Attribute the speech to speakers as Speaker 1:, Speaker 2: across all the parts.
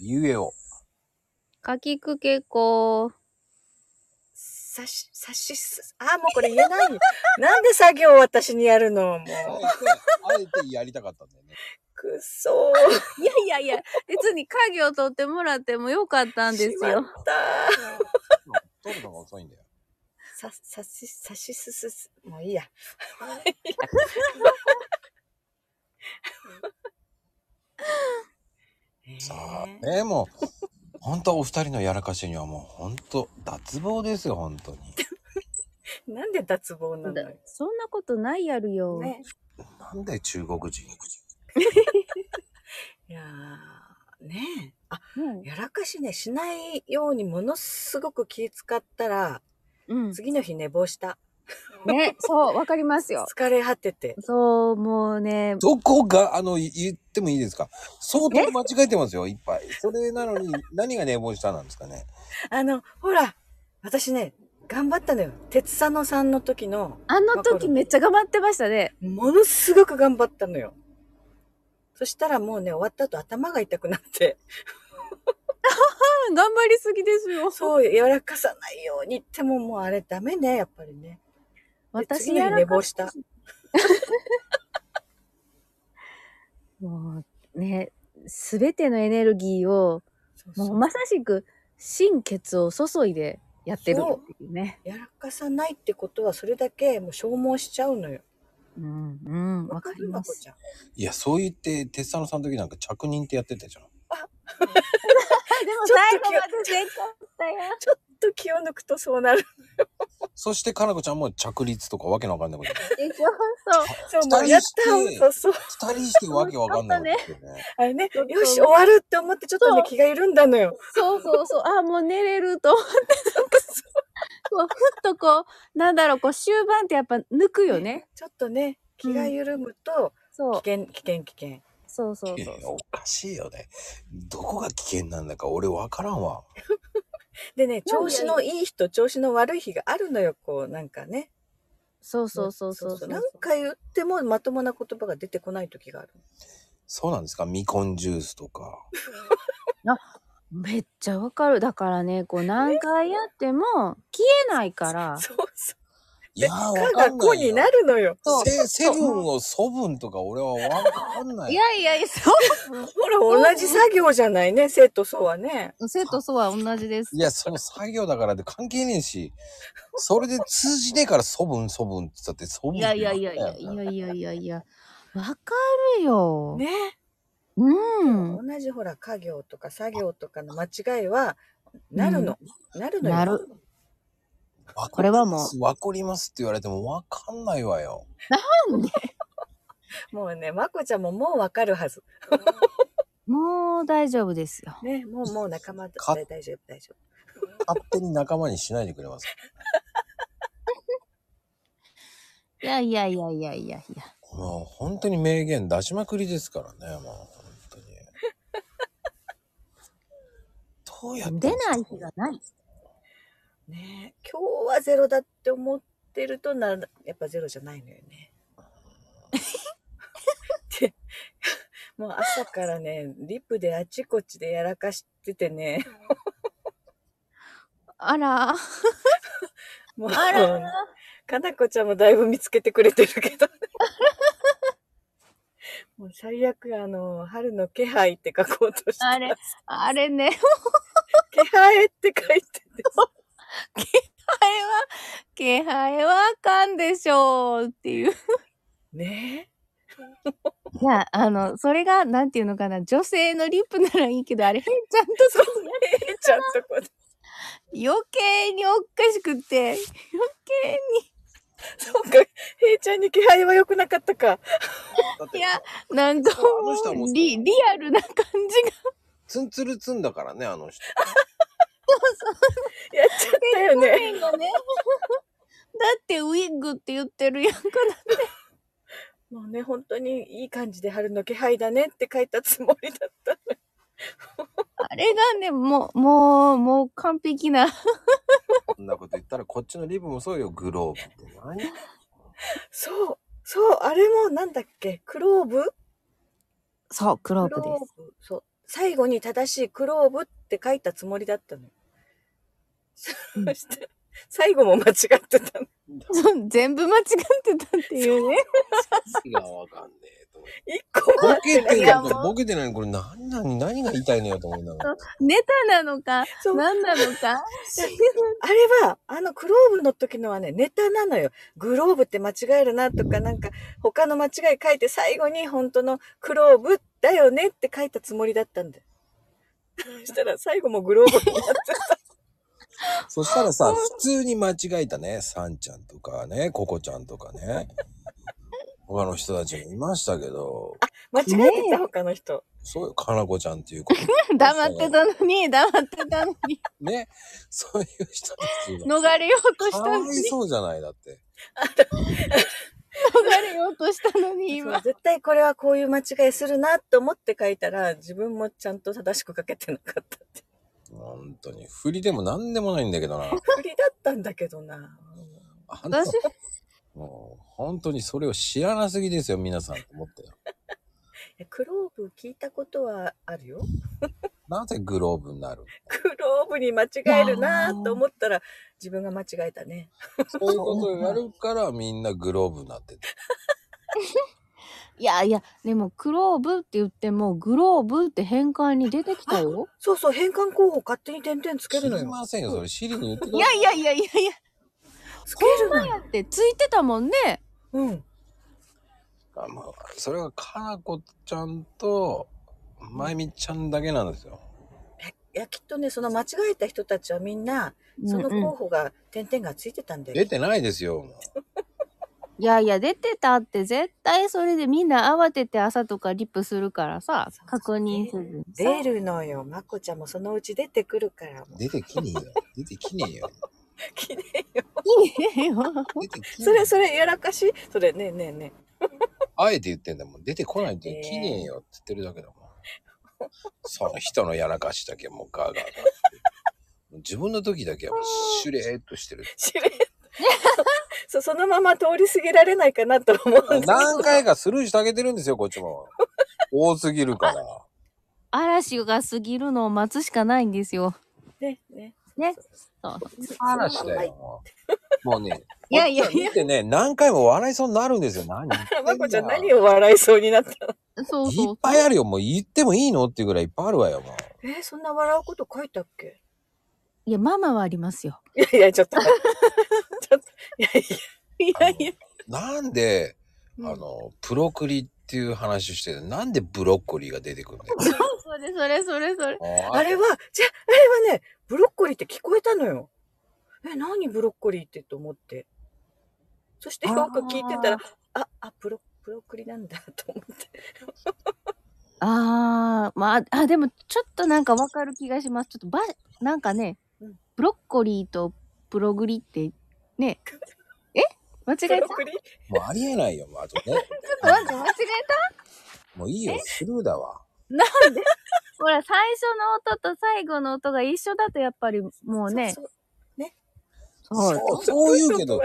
Speaker 1: ゆえお。
Speaker 2: かきくけこ。
Speaker 3: さし、さしす、あー、もうこれ言えないよ。 なんで作業を私にやるのもう。
Speaker 1: あえてやりたかったんだよね。
Speaker 3: くそ
Speaker 2: いやいやいや、別に家業取ってもらってもよかったん
Speaker 3: ー。
Speaker 2: です
Speaker 3: しま
Speaker 2: よ
Speaker 3: っ。たー。
Speaker 1: 取るのが遅いんだよ。
Speaker 3: さ、さし、さしすすす、もういいや。
Speaker 1: さあ、ねもう、本当お二人のやらかしにはもう本当脱帽ですよ、本当に。
Speaker 3: なんで脱帽なのよ。
Speaker 2: そんなことないやるよ。
Speaker 3: ね。
Speaker 1: なんで中国人
Speaker 3: いやーねえ。あ、
Speaker 2: ね
Speaker 3: やらかしね、しないようにものすごく気使ったら、
Speaker 2: うん。
Speaker 3: 次の日寝坊した。
Speaker 2: ね、そう、わかりますよ。
Speaker 3: 疲れ果てて。
Speaker 2: そう、もうね、
Speaker 1: そこが、あの、い言ってもいいですか相当間違えてますよ、いっぱい。それなのに、何が寝坊したなんですかね。
Speaker 3: あの、ほら、私ね、頑張ったのよ。鉄佐野さんの時の、
Speaker 2: あの
Speaker 3: わか
Speaker 2: 時
Speaker 3: る
Speaker 2: めっちゃ頑張ってましたね。
Speaker 3: ものすごく頑張ったのよ。そしたらもうね、終わった後頭が痛く なって、
Speaker 2: うん、頑張りすぎですよ。
Speaker 3: そう、柔らかさないようにってももうあれダメね、やっぱりね。
Speaker 2: 私
Speaker 3: 次の
Speaker 2: や
Speaker 3: 日
Speaker 2: ら
Speaker 3: 寝
Speaker 2: か
Speaker 3: 坊
Speaker 2: し
Speaker 3: した。
Speaker 2: もうね、すべてのエネルギーを、
Speaker 3: そう
Speaker 2: も
Speaker 3: そうう
Speaker 2: まさしく心血を注いでやってるっていうね。
Speaker 3: やらかさないってことはそれだけもう消耗しちゃうのよ。
Speaker 2: うん、うん、わかりま
Speaker 3: わこ
Speaker 2: す
Speaker 3: ち。ゃん
Speaker 1: いや、そう言って、鉄佐野さんの時なんか着任ってやってたじゃん。
Speaker 2: でも
Speaker 3: ちょっと気を
Speaker 2: で成功したよ。
Speaker 3: ちょっと気を抜くとそう なる。
Speaker 1: そして、かなこちゃんも着立とかわけのわかんないこと。
Speaker 2: でしょそう。
Speaker 3: そう、もうやった
Speaker 1: 二人して
Speaker 3: そうそう。
Speaker 1: 二人してわけわかんないことですよね。
Speaker 3: あれね、
Speaker 2: そう
Speaker 3: よし、終わるって思ってちょっとね、
Speaker 2: そう
Speaker 3: 気が緩んだのよ。
Speaker 2: そうそうそう。あ、もう寝れると思って、なんかそう、ふっとこう、なんだろう、こう終盤ってやっぱ抜くよね。
Speaker 3: ちょっとね、気が緩むと、
Speaker 2: そう、
Speaker 3: 危険、危険、危険。
Speaker 2: そうそう
Speaker 1: いや
Speaker 2: そ
Speaker 1: いうや。おかしいよね。どこが危険なんだか俺わからんわ。
Speaker 3: でね、調子のいい日と調子の悪い日があるのよ、こう、なんかね。
Speaker 2: そうそうそうそうそう。
Speaker 3: 何回言ってもまともな言葉が出てこない時がある。
Speaker 1: そうなんですか未婚ジュースと か。
Speaker 2: めっちゃわかる。だからね、こう何回やっても消えないから。
Speaker 3: そうそう。
Speaker 1: いやー、わ
Speaker 3: か
Speaker 1: か
Speaker 3: が
Speaker 1: ん
Speaker 3: 子
Speaker 1: ない
Speaker 3: に
Speaker 1: よ。
Speaker 3: なるのよ。
Speaker 2: そう
Speaker 1: セセブンをソブンとか俺はわかんない。
Speaker 2: いやいやいや、そ
Speaker 3: ほら、同じ作業じゃないね、生とそうはね。
Speaker 2: う。生とそうは同じです
Speaker 1: い。や、その作業だからで関係ねえし、それで通じねえからソブンソブンって言ったってソブンっ
Speaker 2: い
Speaker 1: て言
Speaker 2: や
Speaker 1: わ
Speaker 2: いやいやいや
Speaker 1: ないいよ
Speaker 2: やいやいやいや。わかるよ。
Speaker 3: ね。
Speaker 2: うん。
Speaker 3: 同じほら、家業とか作業とかの間違いは、なるの。なるのよ。
Speaker 2: なる。
Speaker 1: わか
Speaker 2: これはもう。
Speaker 1: わかりますって言われてもわかんないわよ。
Speaker 3: もうね、まこちゃんももうわかるはず。
Speaker 2: もう大丈夫ですよ。
Speaker 3: ね、もうもう仲間だ
Speaker 1: か
Speaker 3: 大丈夫、大丈夫。
Speaker 1: 勝手に仲間にしないでくれます。
Speaker 2: いやいやいやいやいやいや。
Speaker 1: もう本当に名言出しまくりですからね、もう本当に。ど うやって
Speaker 2: 出ない日がない。
Speaker 3: ね今日はゼロだって思ってるとな、やっぱゼロじゃないのよ ね。で、もう朝からね、リップであちこちでやらかしててね、
Speaker 2: あら、
Speaker 3: もう、
Speaker 2: あら、
Speaker 3: かなこちゃんもだいぶ見つけてくれてるけど。もう最悪、あの、春の気配って書こうとして。
Speaker 2: あれ、あれね、
Speaker 3: 気配って書いてて。
Speaker 2: あれは、気配はあかんでしょうっていう。
Speaker 3: ね
Speaker 2: いや、あの、それが、なんていうのかな、女性のリップならいいけど、あれ、変ちゃんと
Speaker 3: そう、ええちゃんとこで。
Speaker 2: 余計におっかしくって、余計
Speaker 3: そうか、平ちゃんに気配は良くなかった
Speaker 1: だ
Speaker 3: か。
Speaker 1: っ
Speaker 2: に、
Speaker 1: て
Speaker 2: いや、なんかも
Speaker 1: あの人はもうそう
Speaker 2: う、リ、リアルな感じが、
Speaker 1: ツンツルツンだからね、あの人。
Speaker 3: やっちゃったよ
Speaker 2: 画
Speaker 3: ね。
Speaker 2: 面がね。だって、ウィッグって言ってるやんかな。
Speaker 3: もうね、本当にいい感じで春の気配だねって書いたつもりだった。
Speaker 2: あれがね、もう、もう、もう完璧な。
Speaker 1: こんなこと言ったらこっちのリブもそうよ、グローブって何。
Speaker 3: そう、そう、あれもなんだっけ、クローブ
Speaker 2: そう、クロー
Speaker 3: ク
Speaker 2: ブです。
Speaker 3: ブ。そう、最後に正しいクローブって書いたつもりだったのよ。
Speaker 2: うん
Speaker 3: そして、最後も間違ってたの。
Speaker 2: そう全部間違ってたっていうね。
Speaker 1: 意味がわかんねえと思 って。
Speaker 3: 一個も
Speaker 1: ボ
Speaker 3: 合
Speaker 1: ケ
Speaker 3: ってない
Speaker 1: て
Speaker 2: い
Speaker 1: る
Speaker 2: や
Speaker 1: の
Speaker 2: もう
Speaker 1: とボケてないのこれ何なに何が言いたいのよと思いながら。
Speaker 2: ネタなのか、
Speaker 3: そう
Speaker 2: 何なのか。
Speaker 3: あれは、あのクローブの時のはね、ネタなのよ。グローブって間違えるなとか、なんか、他の間違い書いて、最後に本当のクローブだよねって書いたつもりだったんだよ。そしたら、最後もグローブになって
Speaker 1: そしたらさ、普通に間違えたね。サンちゃんとかね、ココちゃんとかね。他の人たちもいましたけど、
Speaker 3: 間違えてた、他の人。
Speaker 1: そうよ、かなこちゃんっていう子。
Speaker 2: 黙ってたのに、黙ってたのに、
Speaker 1: ね、 そういう人たち が。
Speaker 2: 逃れようとし
Speaker 1: か
Speaker 2: たの
Speaker 1: わい
Speaker 2: に、
Speaker 1: そうじゃないだって。
Speaker 2: 逃れようとしたのに、
Speaker 3: そう
Speaker 2: 今。
Speaker 3: 絶対これはこういう間違いするなと思って書いたら、自分もちゃんと正しく書けてなかったって。
Speaker 1: 本当に。振りでも何でもないんだけどな。
Speaker 3: 不利だったんだけどな。
Speaker 1: あんた
Speaker 2: 私、
Speaker 1: もう本当にそれを知らなすぎですよ、皆さんと思ったよ。
Speaker 3: えクローブ聞いたことはあるよ。
Speaker 1: なぜグローブになる
Speaker 3: クローブに間違えるなと思ったら、自分が間違えたね。
Speaker 1: そういうことをやるからみんなグローブになってて。
Speaker 2: いやいや、でも、クローブって言っても、グローブって変換に出てきたよ。
Speaker 3: そうそう、変換候補勝手に点々つけ
Speaker 1: 知
Speaker 3: るの
Speaker 1: り
Speaker 3: よ。
Speaker 1: ませんよ、それ。シリに言ってく
Speaker 2: い
Speaker 1: だ
Speaker 2: や
Speaker 1: さい。
Speaker 2: いやいやいやいや、
Speaker 3: つけるの
Speaker 2: だ
Speaker 3: よ。
Speaker 2: ってついてたもんね。
Speaker 3: うん。
Speaker 1: あまあ、それはかなこちゃんと、まゆみちゃんだけなんですよ。
Speaker 3: いや、きっとね、その間違えた人たちはみんな、その
Speaker 2: うんうん
Speaker 3: 候補が、点々がついてたんだよ。
Speaker 1: 出てないですよ。もう
Speaker 2: いやいや、出てたって絶対それでみんな慌てて朝とかリップするからさ、確認せずにさ。
Speaker 3: 出るのよ。まこちゃんもそのうち出てくるから。
Speaker 1: 出てきねえよ。出てきねえよ。
Speaker 3: きれいよ。
Speaker 2: いいねよ。
Speaker 1: 出てきね
Speaker 3: そ
Speaker 1: え
Speaker 3: れ、
Speaker 1: よ。
Speaker 3: それ、やらかしそれ、ねえねえね
Speaker 1: あえて言ってんだもん。出てこないってきねえよって言ってるだけだもん。その人のやらかしだけもうガーガーガーって。自分の時だけはもうシュレーっとしてる
Speaker 3: え。。しれっとそう、そのまま通り過ぎられないかなと思うんだけど。
Speaker 1: 何回かスルーしてあげてるんですよ、こっちも。多すぎるから。
Speaker 2: 嵐が過ぎるのを待つしかないんですよ。
Speaker 3: ね、ね。
Speaker 2: ね。そうそう
Speaker 1: 嵐だよ。もうね、
Speaker 2: いやいやいや
Speaker 1: 見てね、何回も笑いそうになるんですよ。何
Speaker 3: まこちゃん何
Speaker 1: を
Speaker 3: を笑いそうになったの
Speaker 2: そう
Speaker 1: い
Speaker 2: そ
Speaker 1: っ
Speaker 2: う。
Speaker 1: ぱいあるよ。もう言ってもいいのっていうぐらいいっぱいあるわよ、もう。
Speaker 3: えーそんな笑うこと書いたっけ
Speaker 2: いや、ママはありますよ。
Speaker 3: いやいや、ちょっと待って。ちょっと、いやいや。
Speaker 2: いやいや。
Speaker 1: なんで、
Speaker 3: うん
Speaker 1: あの、プロクリっていう話をしてて、なんでブロッコリーが出てくるんだよ。
Speaker 2: それそれそれそれ。
Speaker 1: あ
Speaker 3: あれは、じゃ、あれはね、ブロッコリーって聞こえたのよ。え、何ブロッコリーってと思って。そして評価聞いてたら、ああ、ブロ、ブロッコリーなんだと思って。
Speaker 2: あー、まあ、あ、でもちょっとなんかわかる気がします。ちょっとば、なんかね
Speaker 3: うん、
Speaker 2: ブロッコリーとプログリって、 ね。え間違
Speaker 3: ブ
Speaker 2: え
Speaker 3: ロ
Speaker 2: た
Speaker 3: ッコリー
Speaker 1: もうありえないよ、もう あとね。
Speaker 2: 待って、間違えた
Speaker 1: もういいよ、スルーだわ。
Speaker 2: ほら、最初の音と最後の音が一緒だとやっぱりもうね
Speaker 3: そ、う
Speaker 1: そう
Speaker 2: そう
Speaker 1: そう言うけ ど、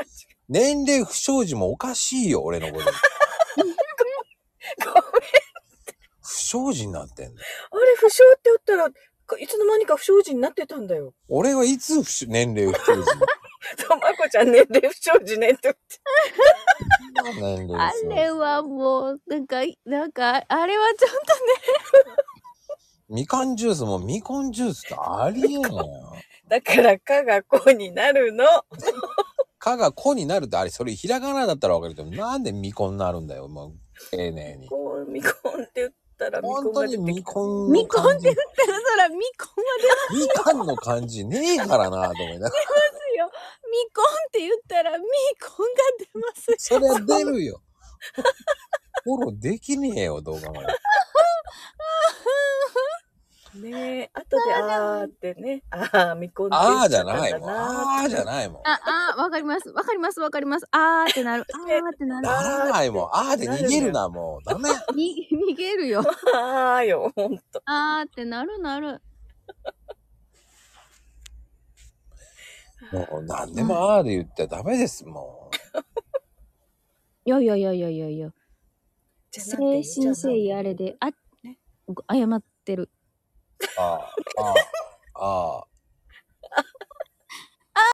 Speaker 1: 年齢不祥事もおかしいよ、俺のこと。不祥事になってんだよ。
Speaker 3: あれ、不祥って言ったら、いつの間にか不祥事になってたんだよ。
Speaker 1: 俺はいつ不祥年齢不祥事
Speaker 3: と、まこちゃんね、で不祥事ねって言って。
Speaker 1: 年齢不
Speaker 2: あ
Speaker 1: 祥事
Speaker 2: れはもう、なんか、なんか、あれはちょっ
Speaker 1: みかんジュースもみかんジュースってありえないよ。
Speaker 3: だから、かがこになるの。
Speaker 1: かがこになるってあれ、それひらがなだったらわかるけど、なんでみこになるんだよ、もう。丁寧に。
Speaker 3: こう、みこんって言ったら、みこ
Speaker 1: 本
Speaker 3: んが
Speaker 1: 当
Speaker 3: 出
Speaker 1: に
Speaker 3: てき
Speaker 1: み
Speaker 3: た。
Speaker 1: こん。
Speaker 2: みこんって言ったら、そら、みこんは
Speaker 1: みかんの漢字ねえからなと思いながら。
Speaker 2: ですよ。みこんって言ったら、みこんが出ます
Speaker 1: そ
Speaker 2: よ。
Speaker 1: れは出るよ。フォローできねえよ、動画まで。
Speaker 3: ねえ、後で、あーってね、あー、みこんって言
Speaker 1: あー
Speaker 3: っち
Speaker 1: じ
Speaker 3: ゃ
Speaker 1: ゃ
Speaker 3: ったん
Speaker 1: ない
Speaker 3: だ
Speaker 1: もん。
Speaker 3: な
Speaker 1: あーじゃないもん。
Speaker 2: あ、あ、わかります。わかります。わかります。あーって なる。あーってなる。
Speaker 1: ならないもん。あーで逃げるな、もう。ダメ。
Speaker 2: に 逃げるよ。
Speaker 3: あーよ、ほんと。
Speaker 2: あーってなるなる。
Speaker 1: もう何でもあーで言ったらダメです、もう。
Speaker 2: いやいやいやいやいやいや。
Speaker 3: じゃあなんて言
Speaker 2: 精
Speaker 3: う
Speaker 2: 神
Speaker 3: じゃあ
Speaker 2: 誠意あれで、あ、誤ってる。
Speaker 1: ああ、ああ。